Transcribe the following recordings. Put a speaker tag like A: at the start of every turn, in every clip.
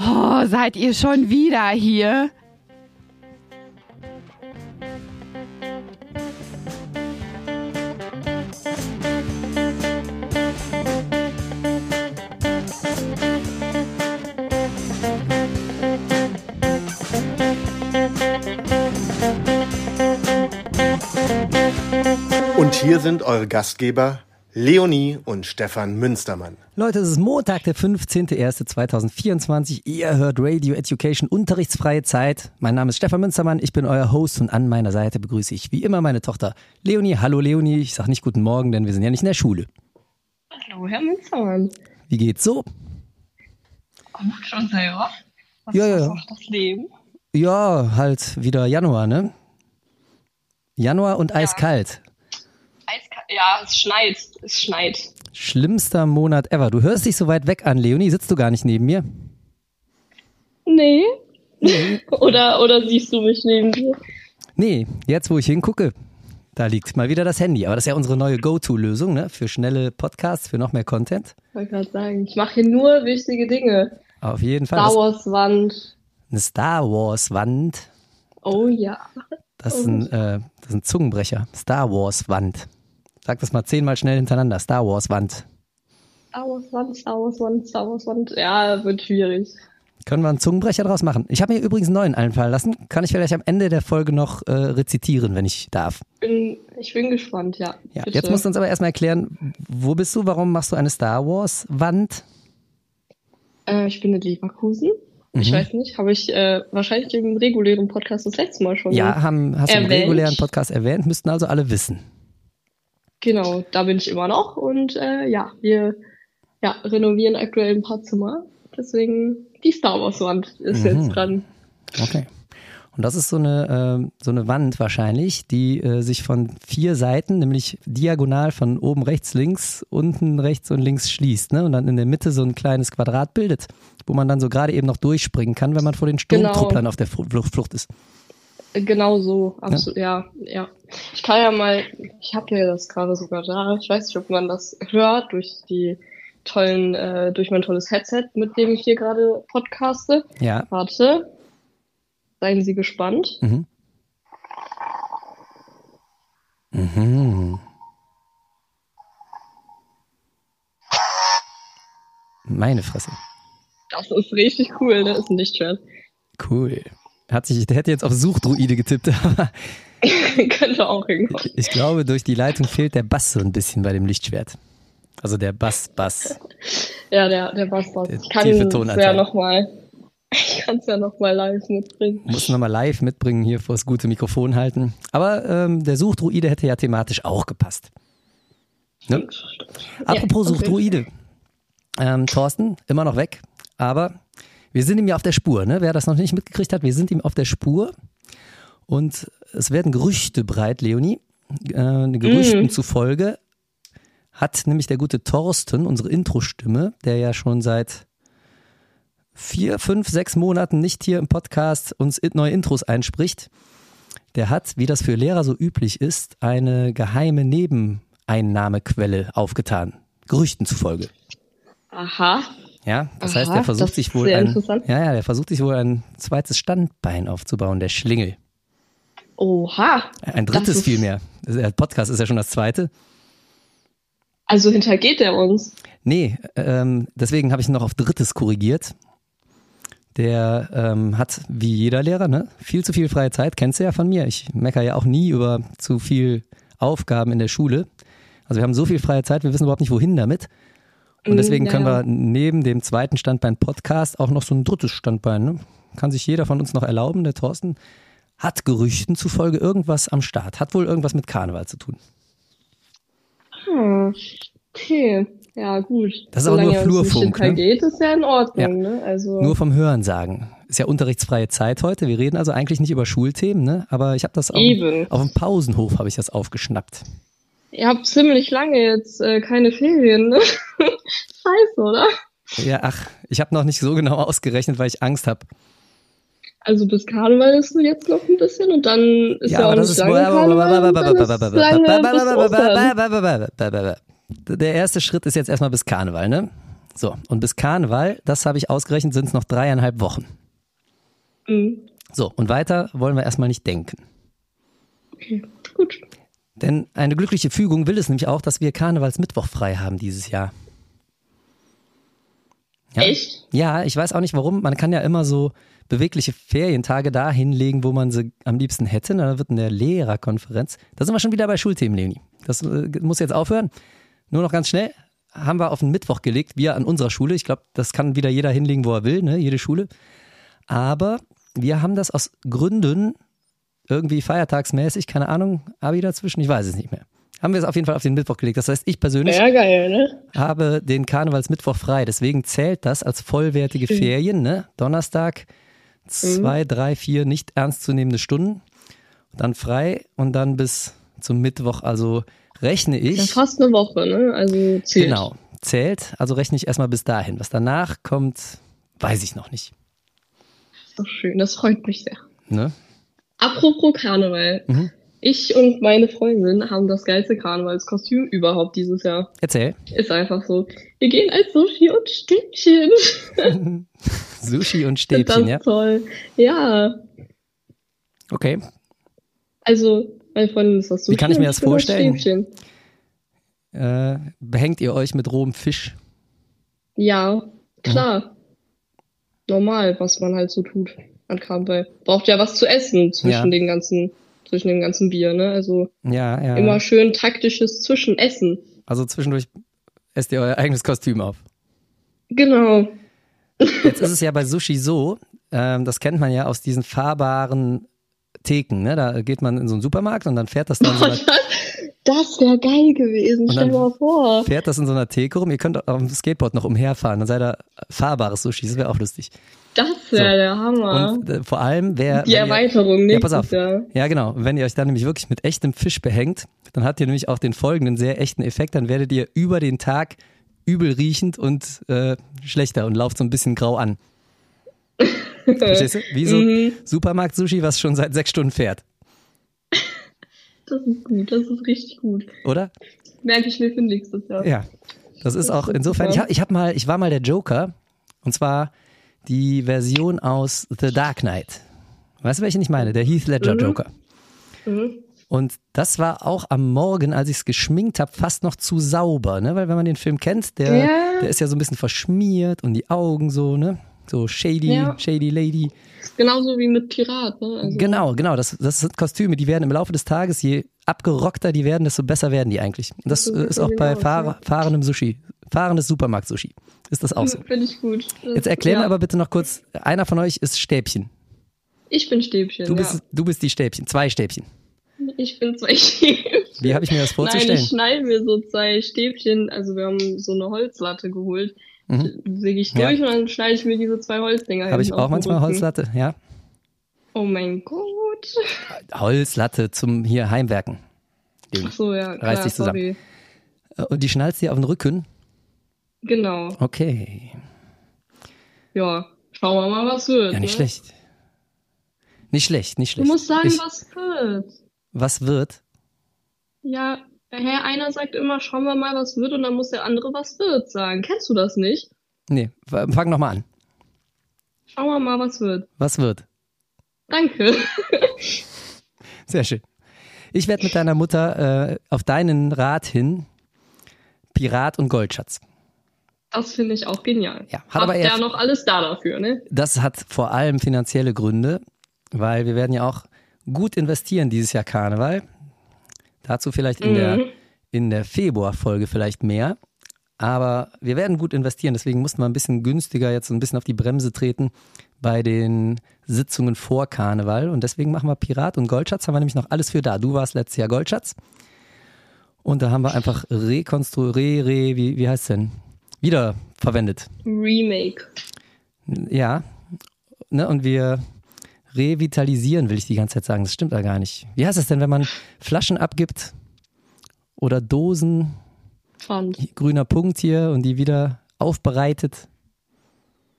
A: Oh, seid ihr schon wieder hier?
B: Und hier sind eure Gastgeber Leonie und Stefan Münstermann.
C: Leute, es ist Montag, der 15.01.2024. Ihr hört Radio Education, unterrichtsfreie Zeit. Mein Name ist Stefan Münstermann, ich bin euer Host und an meiner Seite begrüße ich wie immer meine Tochter Leonie. Hallo Leonie, ich sage nicht guten Morgen, denn wir sind ja nicht in der Schule.
D: Hallo, Herr Münzermann.
C: Wie geht's so?
D: Gut Oh, schon selber. Was
C: Ja,
D: ist
C: ja.
D: auch das Leben?
C: Ja, halt wieder Januar, ne? Januar und eiskalt.
D: Eiskalt. Ja, es schneit. Es schneit.
C: Schlimmster Monat ever. Du hörst dich so weit weg an, Leonie. Sitzt du gar nicht neben mir?
D: Nee. oder, oder siehst du mich neben dir?
C: Nee, jetzt wo ich hingucke, da liegt mal wieder das Handy. Aber das ist ja unsere neue Go-To-Lösung, ne? Für schnelle Podcasts, für noch mehr Content.
D: Ich wollte gerade sagen, ich mache hier nur wichtige Dinge.
C: Auf jeden Fall.
D: Star
C: Das,
D: Wars Wand.
C: eine Star Wars-Wand.
D: Oh ja.
C: Das, ist
D: Oh.
C: ein, äh, das ist ein Zungenbrecher. Star Wars-Wand. Sag das mal zehnmal schnell hintereinander. Star Wars-Wand.
D: Star Wars Wand, Star Wars Wand, Star Wars Wand. Ja, wird schwierig.
C: Können wir einen Zungenbrecher draus machen? Ich habe mir übrigens einen neuen einfallen lassen. Kann ich vielleicht am Ende der Folge noch äh, rezitieren, wenn ich darf.
D: Bin, ich bin gespannt, ja.
C: Ja,
D: Bitte.
C: jetzt musst du uns aber erstmal erklären, wo bist du? Warum machst du eine Star Wars-Wand?
D: äh, ich bin in Leverkusen. Ich
C: Mhm.
D: weiß nicht, habe ich äh, wahrscheinlich im regulären Podcast das letzte Mal schon.
C: Ja, haben, hast du im
D: Erwähnt.
C: regulären Podcast erwähnt, müssten also alle wissen.
D: Genau, da bin ich immer noch und äh, ja, wir ja, renovieren aktuell ein paar Zimmer. Deswegen die Star Wars Wand ist jetzt dran.
C: Okay. Und das ist so eine, ähm, so eine Wand wahrscheinlich, die äh, sich von vier Seiten, nämlich diagonal von oben rechts, links, unten rechts und links schließt. Ne? Und dann in der Mitte so ein kleines Quadrat bildet, wo man dann so gerade eben noch durchspringen kann, wenn man vor den Sturmtruppern
D: Genau.
C: auf der Fu- Flucht, Flucht ist.
D: Äh, Genau so, absolut, ja. ja, Ich kann ja mal, ich habe ja das gerade sogar da. Ich weiß nicht, ob man das hört durch die tollen, äh, durch mein tolles Headset, mit dem ich hier gerade podcaste.
C: Ja.
D: Warte, seien Sie gespannt.
C: Mhm. Mhm. Meine Fresse.
D: Das ist richtig cool, das ist ein Lichtschwert.
C: Cool. Hat sich, der hätte jetzt auf Suchdruide getippt, aber
D: Könnte auch hinkommen.
C: ich glaube, durch die Leitung fehlt der Bass so ein bisschen bei dem Lichtschwert. Also der Bass, Bass.
D: Ja, der, der Bass Bass.
C: Der
D: Ich kann
C: tiefe
D: es
C: Tonanteil.
D: ja nochmal. Ich kann es ja nochmal live mitbringen.
C: Muss nochmal live mitbringen, hier vor das gute Mikrofon halten. Aber ähm, der Suchdruide hätte ja thematisch auch gepasst. Ne? Apropos
D: okay.
C: Suchdruide. Ähm, Thorsten, immer noch weg, aber wir sind ihm ja auf der Spur. Ne? Wer das noch nicht mitgekriegt hat, wir sind ihm auf der Spur. Und es werden Gerüchte breit, Leonie. Äh, Gerüchten zufolge hat nämlich der gute Thorsten, unsere Intro-Stimme, der ja schon seit vier, fünf, sechs Monaten nicht hier im Podcast uns in- neue Intros einspricht, der hat, wie das für Lehrer so üblich ist, eine geheime Nebeneinnahmequelle aufgetan. Gerüchten zufolge.
D: Aha.
C: Ja, das
D: Aha,
C: heißt, der versucht
D: das
C: sich
D: ist
C: wohl
D: sehr
C: ein,
D: interessant.
C: ja, ja, der versucht sich wohl ein zweites Standbein aufzubauen, der Schlingel.
D: Oha.
C: Ein
D: Das
C: drittes
D: ist-
C: vielmehr. Also, Der Podcast ist ja schon das zweite.
D: Also hintergeht er uns.
C: Nee, ähm, deswegen habe ich ihn noch auf drittes korrigiert. Der ähm, hat, wie jeder Lehrer, ne, viel zu viel freie Zeit. Kennst du ja von mir. Ich meckere ja auch nie über zu viel Aufgaben in der Schule. Also wir haben so viel freie Zeit, wir wissen überhaupt nicht, wohin damit. Und
D: Mm,
C: deswegen
D: ja,
C: können
D: ja.
C: wir neben dem zweiten Standbein Podcast auch noch so ein drittes Standbein. Ne? Kann sich jeder von uns noch erlauben. Der Thorsten hat Gerüchten zufolge irgendwas am Start. Hat wohl irgendwas mit Karneval zu tun.
D: Hm. Okay. Ja, gut.
C: Das ist aber
D: Solange
C: nur
D: er uns nicht
C: Flurfunk, ne?
D: hintergeht, ist ja in Ordnung, ne? Also,
C: Nur vom Hören sagen. Ist ja unterrichtsfreie Zeit heute. Wir reden also eigentlich nicht über Schulthemen, ne? Aber ich habe das auf,
D: Eben.
C: auf dem Pausenhof habe ich das aufgeschnappt.
D: ihr habt ziemlich lange jetzt äh, keine Ferien, ne? Scheiße, oder?
C: Ja, ach, ich habe noch nicht so genau ausgerechnet, weil ich Angst habe.
D: Also bis Karneval ist nur jetzt noch ein bisschen und dann ist ja, auch nicht lange Karneval und dann ist lange bis Ostern.
C: der erste Schritt ist jetzt erstmal bis Karneval, ne? So, und bis Karneval, das habe ich ausgerechnet, sind es noch dreieinhalb Wochen.
D: Mhm.
C: So, und weiter wollen wir erstmal nicht denken.
D: Okay, gut.
C: Denn eine glückliche Fügung will es nämlich auch, dass wir Karnevalsmittwoch frei haben dieses Jahr. Ja.
D: Echt?
C: Ja, ich weiß auch nicht warum. Man kann ja immer so bewegliche Ferientage da hinlegen, wo man sie am liebsten hätte. Na, Da wird eine Lehrerkonferenz. Da sind wir schon wieder bei Schulthemen, Leonie. Das äh, muss jetzt aufhören. Nur noch ganz schnell. Haben wir auf den Mittwoch gelegt, wir an unserer Schule. Ich glaube, das kann wieder jeder hinlegen, wo er will, ne? jede Schule. Aber wir haben das aus Gründen, irgendwie feiertagsmäßig, keine Ahnung, Abi dazwischen, ich weiß es nicht mehr. Haben wir es auf jeden Fall auf den Mittwoch gelegt. Das heißt, ich persönlich
D: Ja, geil, ne?
C: habe den Karnevalsmittwoch frei. Deswegen zählt das als vollwertige Ferien. Ne? Donnerstag zwei,
D: Mhm.
C: drei, vier nicht ernstzunehmende Stunden, dann frei und dann bis zum Mittwoch. Also rechne
D: Ja,
C: ich.
D: fast eine Woche, ne? Also zählt.
C: Genau, zählt. Also rechne ich erstmal bis dahin. Was danach kommt, weiß ich noch nicht.
D: So schön, das freut mich sehr.
C: Ne?
D: Apropos Karneval.
C: Mhm.
D: Ich und meine Freundin haben das geilste Karnevalskostüm überhaupt dieses Jahr.
C: Erzähl.
D: Ist einfach so. Wir gehen als Sushi und Stäbchen.
C: Sushi und
D: das
C: Stäbchen, ja.
D: toll. Ja,
C: Okay.
D: also meine Freundin ist das Sushi.
C: Wie kann ich mir
D: und
C: das
D: bin
C: vorstellen?
D: Stäbchen.
C: Äh, behängt ihr euch mit rohem Fisch?
D: Ja,
C: Mhm.
D: klar. Normal, was man halt so tut an Karneval. Braucht ja was zu essen zwischen
C: Ja.
D: den ganzen, zwischen dem ganzen Bier, ne? Also
C: Ja, ja.
D: immer schön taktisches Zwischenessen.
C: Also zwischendurch esst ihr euer eigenes Kostüm auf.
D: Genau.
C: Jetzt ist es ja bei Sushi so, ähm, das kennt man ja aus diesen fahrbaren Theken. Ne? Da geht man in so einen Supermarkt und dann fährt das dann
D: Oh
C: so einer,
D: Das wäre geil gewesen,
C: Und
D: stell
C: dann-
D: dir mal vor.
C: fährt das in so einer Theke rum. Ihr könnt auf dem Skateboard noch umherfahren. Dann seid ihr fahrbares Sushi. Das wäre auch lustig.
D: Das wäre
C: So.
D: der Hammer.
C: Und äh, vor allem, wer.
D: Die
C: wenn ihr-
D: Erweiterung,
C: Ja,
D: ne?
C: pass auf. Ja, genau. Wenn ihr euch dann nämlich wirklich mit echtem Fisch behängt, dann habt ihr nämlich auch den folgenden sehr echten Effekt. Dann werdet ihr über den Tag übel riechend und äh, schlechter und lauft so ein bisschen grau an.
D: Äh.
C: Verstehst du? Wie so
D: Mhm.
C: Supermarkt-Sushi, was schon seit sechs Stunden fährt,
D: Das ist gut, das ist richtig gut.
C: oder?
D: Merke ich mir für nächstes Jahr.
C: Ja, das ist auch insofern. Ich, hab, ich, hab mal, ich war mal der Joker und zwar die Version aus The Dark Knight. Weißt du, welchen ich meine? Der Heath Ledger Joker.
D: Mhm.
C: Und das war auch am Morgen, als ich es geschminkt habe, fast noch zu sauber, ne? Weil wenn man den Film kennt, der,
D: Ja.
C: der ist ja so ein bisschen verschmiert und die Augen so, ne? So shady,
D: Ja.
C: shady lady.
D: Genauso wie mit Pirat, ne? Also,
C: Genau, genau. Das, das sind Kostüme, die werden im Laufe des Tages, je abgerockter die werden, desto besser werden die eigentlich. Und das
D: So
C: äh,
D: sieht's
C: ist auch
D: nämlich
C: bei
D: aus,
C: fahr
D: ja.
C: fahrenem Sushi, fahrendes Supermarkt-Sushi. Ist das auch so.
D: Finde ich gut. Das-
C: Jetzt erklär
D: Mm, ja.
C: mir aber bitte noch kurz, einer von euch ist Stäbchen.
D: Ich bin Stäbchen.
C: Du bist,
D: ja.
C: du bist die Stäbchen, zwei Stäbchen.
D: Ich bin zwei Stäbchen.
C: Wie habe ich mir das
D: Nein,
C: vorzustellen?
D: ich schneide mir so zwei Stäbchen. Also wir haben so eine Holzlatte geholt.
C: Mhm.
D: Säge ich
C: Ja.
D: durch und dann schneide ich mir diese zwei Holzdinger
C: Habe ich
D: hinten auf
C: auch
D: den
C: manchmal
D: Rücken.
C: Holzlatte, ja.
D: Oh mein Gott.
C: Holzlatte zum hier Heimwerken.
D: Ach so, ja. Klar,
C: Reiß dich zusammen.
D: Sorry.
C: Äh, Und die schnallst dir auf den Rücken.
D: Genau.
C: Okay.
D: Ja. Schauen wir mal, was wird.
C: Ja, nicht
D: ne?
C: schlecht. Nicht schlecht, nicht
D: Du
C: schlecht.
D: musst sagen,
C: ich,
D: was wird.
C: was wird?
D: Ja, Herr, einer sagt immer, schauen wir mal, was wird, und dann muss der andere, was wird, sagen. Kennst du das nicht?
C: Nee, fa- fang nochmal an.
D: Schauen wir mal, was wird.
C: Was wird?
D: Danke.
C: Sehr schön. Ich werde mit deiner Mutter äh, auf deinen Rat hin Pirat und Goldschatz.
D: Das finde ich auch genial.
C: Ja, hat
D: Habt
C: aber eher-
D: ja noch alles da dafür, ne?
C: Das hat vor allem finanzielle Gründe, weil wir werden ja auch gut investieren dieses Jahr Karneval. Dazu vielleicht in
D: Mhm.
C: der, in der Februarfolge vielleicht mehr. Aber wir werden gut investieren, deswegen mussten wir ein bisschen günstiger jetzt ein bisschen auf die Bremse treten bei den Sitzungen vor Karneval. Und deswegen machen wir Pirat und Goldschatz, haben wir nämlich noch alles für da. Du warst letztes Jahr Goldschatz. Und da haben wir einfach rekonstruiert, re, re, wie, wie heißt denn? Wiederverwendet.
D: Remake.
C: Ja, ne, und wir revitalisieren, will ich die ganze Zeit sagen. Das stimmt da gar nicht. Wie heißt es denn, wenn man Flaschen abgibt oder Dosen,
D: Fand.
C: grüner Punkt hier und die wieder aufbereitet?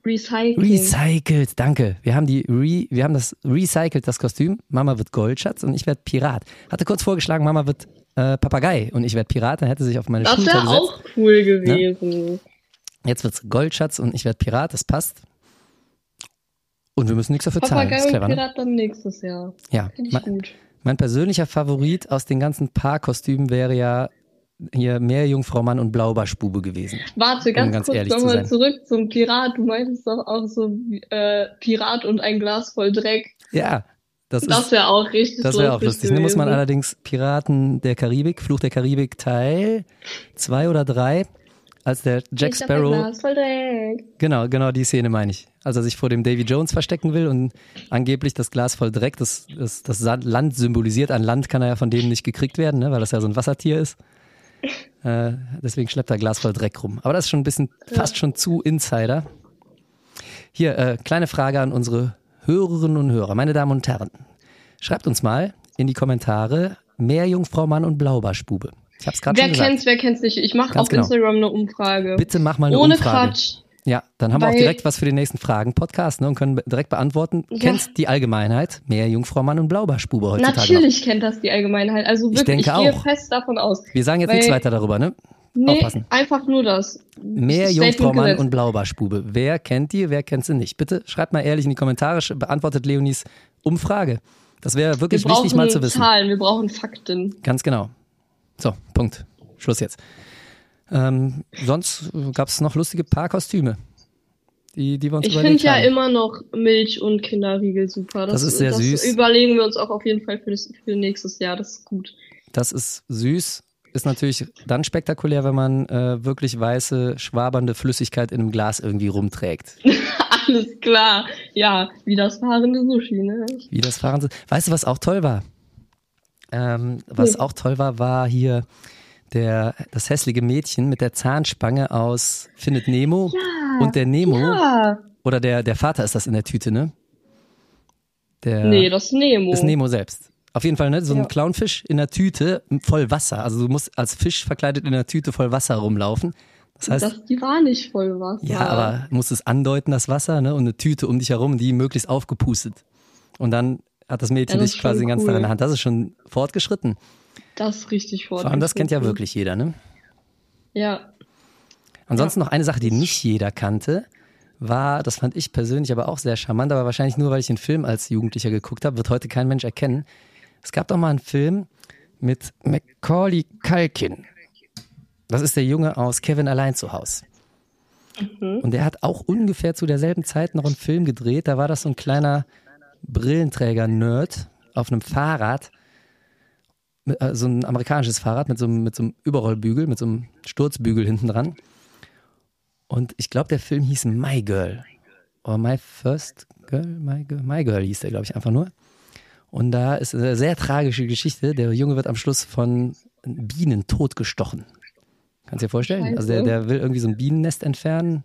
D: Recycling.
C: Recycelt, danke. Wir haben die re, wir haben das recycelt, das Kostüm. Mama wird Goldschatz und ich werde Pirat. Hatte kurz vorgeschlagen, Mama wird äh, Papagei und ich werde Pirat, dann hätte sie sich auf meine
D: das
C: Schulter
D: wäre
C: gesetzt.
D: auch cool gewesen.
C: Jetzt wird's Goldschatz und ich werde Pirat, das passt. Und wir müssen nichts dafür zahlen. Das
D: Papagei
C: ist
D: und
C: clever, ne?
D: Pirat dann nächstes Jahr.
C: Ja.
D: Finde ich
C: Ma-
D: gut.
C: Mein persönlicher Favorit aus den ganzen Paarkostümen wäre ja hier Meerjungfrau Mann und Blaubarschbube gewesen.
D: Warte, ganz,
C: Um ganz
D: kurz
C: ehrlich zu
D: nochmal
C: sein.
D: zurück zum Pirat. Du meintest doch auch so äh, Pirat und ein Glas voll Dreck.
C: Ja, das,
D: Das
C: ist.
D: wäre auch richtig
C: Das wäre auch lustig. Ne, muss man
D: gewesen.
C: allerdings Piraten der Karibik, Fluch der Karibik Teil 2 oder 3, als der Jack
D: Ich hab halt ein
C: Sparrow
D: Glas voll Dreck.
C: Genau, genau die Szene meine ich. Als er sich vor dem Davy Jones verstecken will und angeblich das Glas voll Dreck, das, das, das Sa- Land symbolisiert. An Land kann er ja von dem nicht gekriegt werden, ne? weil das ja so ein Wassertier ist. Äh, deswegen schleppt er Glas voll Dreck rum. Aber das ist schon ein bisschen, fast schon zu Insider. Hier, äh, kleine Frage an unsere Hörerinnen und Hörer. Meine Damen und Herren, schreibt uns mal in die Kommentare Meerjungfrau Mann und Blaubarschbube. Ich hab's gerade
D: Wer
C: schon gesagt.
D: kennt's, wer kennt's nicht? Ich mache
C: Ganz
D: auf
C: genau.
D: Instagram eine Umfrage.
C: Bitte mach mal eine
D: Ohne
C: Umfrage.
D: Quatsch.
C: Ja, dann haben wir auch
D: Weil-
C: direkt was für den nächsten Fragen-Podcast ne, und können be- direkt beantworten.
D: Ja.
C: Kennst die Allgemeinheit mehr Jungfrau Mann und Blaubarschbube heutzutage? Noch?
D: Natürlich kennt das die Allgemeinheit. Also
C: Ich
D: wirklich, ich,
C: denke
D: gehe
C: auch.
D: fest davon aus.
C: Wir sagen jetzt
D: Weil-
C: nichts weiter darüber, ne?
D: Nee,
C: Aufpassen.
D: einfach nur das.
C: Mehr
D: Statement
C: Jungfrau Mann
D: gesetzt.
C: und Blaubarschbube. Wer kennt die, wer kennt sie nicht? Bitte schreibt mal ehrlich in die Kommentare, sch- beantwortet Leonies Umfrage. Das wäre
D: Wir
C: wirklich wichtig
D: brauchen
C: mal zu wissen.
D: Zahlen, wir brauchen Fakten.
C: Ganz genau. So, Punkt. Schluss jetzt. Ähm, sonst gab es noch lustige Paarkostüme, die, die wir uns
D: Ich
C: überlegt
D: finde ja
C: haben.
D: immer noch Milch und Kinderriegel super.
C: Das ist sehr
D: das
C: süß.
D: überlegen wir uns auch auf jeden Fall für, das, für nächstes Jahr. Das ist gut.
C: Das ist süß, ist natürlich dann spektakulär, wenn man äh, wirklich weiße, schwabernde Flüssigkeit in einem Glas irgendwie rumträgt.
D: Alles klar. Ja, wie das fahrende Sushi, ne?
C: Wie das fahren sie. Weißt du, was auch toll war? Ähm, was
D: Nee.
C: auch toll war, war hier der, das hässliche Mädchen mit der Zahnspange aus Findet Nemo. Und der Nemo,
D: Ja.
C: oder der, der Vater ist das in der Tüte, ne? Der,
D: Nee, das ist Nemo.
C: Ist Nemo selbst. Auf jeden Fall, ne? So ein
D: Oh. Ja.
C: Clownfisch in der Tüte voll Wasser. Also du musst als Fisch verkleidet in der Tüte voll Wasser rumlaufen. Das heißt,
D: das, die war nicht voll Wasser.
C: ja, aber du musst es andeuten, das Wasser, ne? Und eine Tüte um dich herum, die möglichst aufgepustet. Und dann hat das Mädchen
D: Ja, das
C: dich
D: ist
C: quasi
D: schon
C: den ganzen Tag
D: cool.
C: in der Hand. Das ist schon fortgeschritten.
D: Das ist richtig vor.
C: Vor allem, das kennt ja wirklich jeder, ne?
D: Ja.
C: Ansonsten noch eine Sache, die nicht jeder kannte, war, das fand ich persönlich aber auch sehr charmant, aber wahrscheinlich nur, weil ich den Film als Jugendlicher geguckt habe, wird heute kein Mensch erkennen. Es gab doch mal einen Film mit Macaulay Culkin. Das ist der Junge aus Kevin allein zu Haus. Und der hat auch ungefähr zu derselben Zeit noch einen Film gedreht. Da war das so ein kleiner Brillenträger-Nerd auf einem Fahrrad, mit, äh, so ein amerikanisches Fahrrad mit so, einem- mit so einem Überrollbügel, mit so einem Sturzbügel hinten dran. Und ich glaube, der Film hieß My Girl. Or My First Girl, My Girl, My Girl hieß der, glaube ich, einfach nur. Und da ist eine sehr tragische Geschichte. Der Junge wird am Schluss von Bienen totgestochen. Kannst du dir vorstellen?
D: Scheiße.
C: Also der, der will irgendwie so ein Bienennest entfernen.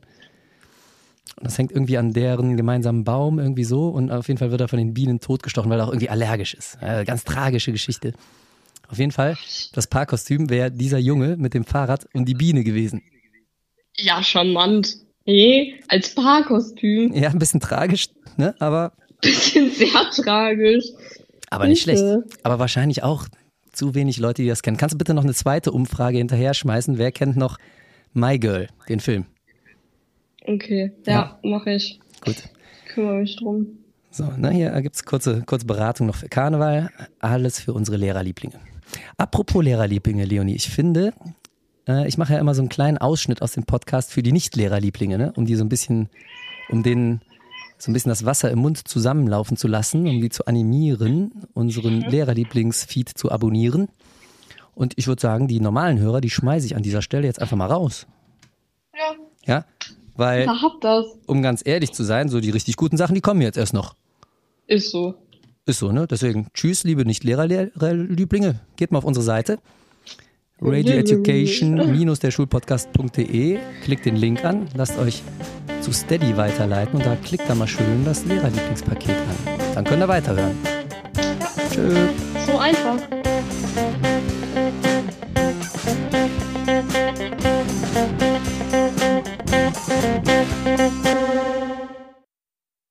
C: Und das hängt irgendwie an deren gemeinsamen Baum, irgendwie so. Und auf jeden Fall wird er von den Bienen totgestochen, weil er auch irgendwie allergisch ist. Äh, ganz tragische Geschichte. Auf jeden Fall, das Paarkostüm wäre dieser Junge mit dem Fahrrad und die Biene gewesen.
D: Ja, charmant. Nee, als Paarkostüm.
C: Ja, ein bisschen tragisch, ne? aber,
D: Bisschen sehr tragisch.
C: aber nicht schlecht.
D: Bitte.
C: Aber wahrscheinlich auch zu wenig Leute, die das kennen. Kannst du bitte noch eine zweite Umfrage hinterher schmeißen? Wer kennt noch My Girl, den Film?
D: Okay, ja, mache ich.
C: Gut.
D: Kümmere mich drum.
C: So, ne, hier gibt's kurze, kurze Beratung noch für Karneval. Alles für unsere Lehrerlieblinge. Apropos Lehrerlieblinge, Leonie, ich finde, äh, ich mache ja immer so einen kleinen Ausschnitt aus dem Podcast für die Nicht-Lehrerlieblinge, ne? um die so ein bisschen, um denen so ein bisschen das Wasser im Mund zusammenlaufen zu lassen, um die zu animieren, unseren Lehrerlieblingsfeed zu abonnieren. Und ich würde sagen, die normalen Hörer, die schmeiße ich an dieser Stelle jetzt einfach mal raus.
D: Ja,
C: Ja? Weil,
D: da habt das.
C: um ganz ehrlich zu sein, so die richtig guten Sachen, die kommen jetzt erst noch.
D: Ist so.
C: Ist so, ne? Deswegen, tschüss, liebe Nicht-Lehrer-Lieblinge. Geht mal auf unsere Seite. radioeducation-derschulpodcast.de Klickt den Link an, lasst euch zu Steady weiterleiten und da klickt da mal schön das Lehrerlieblingspaket an. Dann könnt ihr weiterhören. Tschüss.
D: So einfach.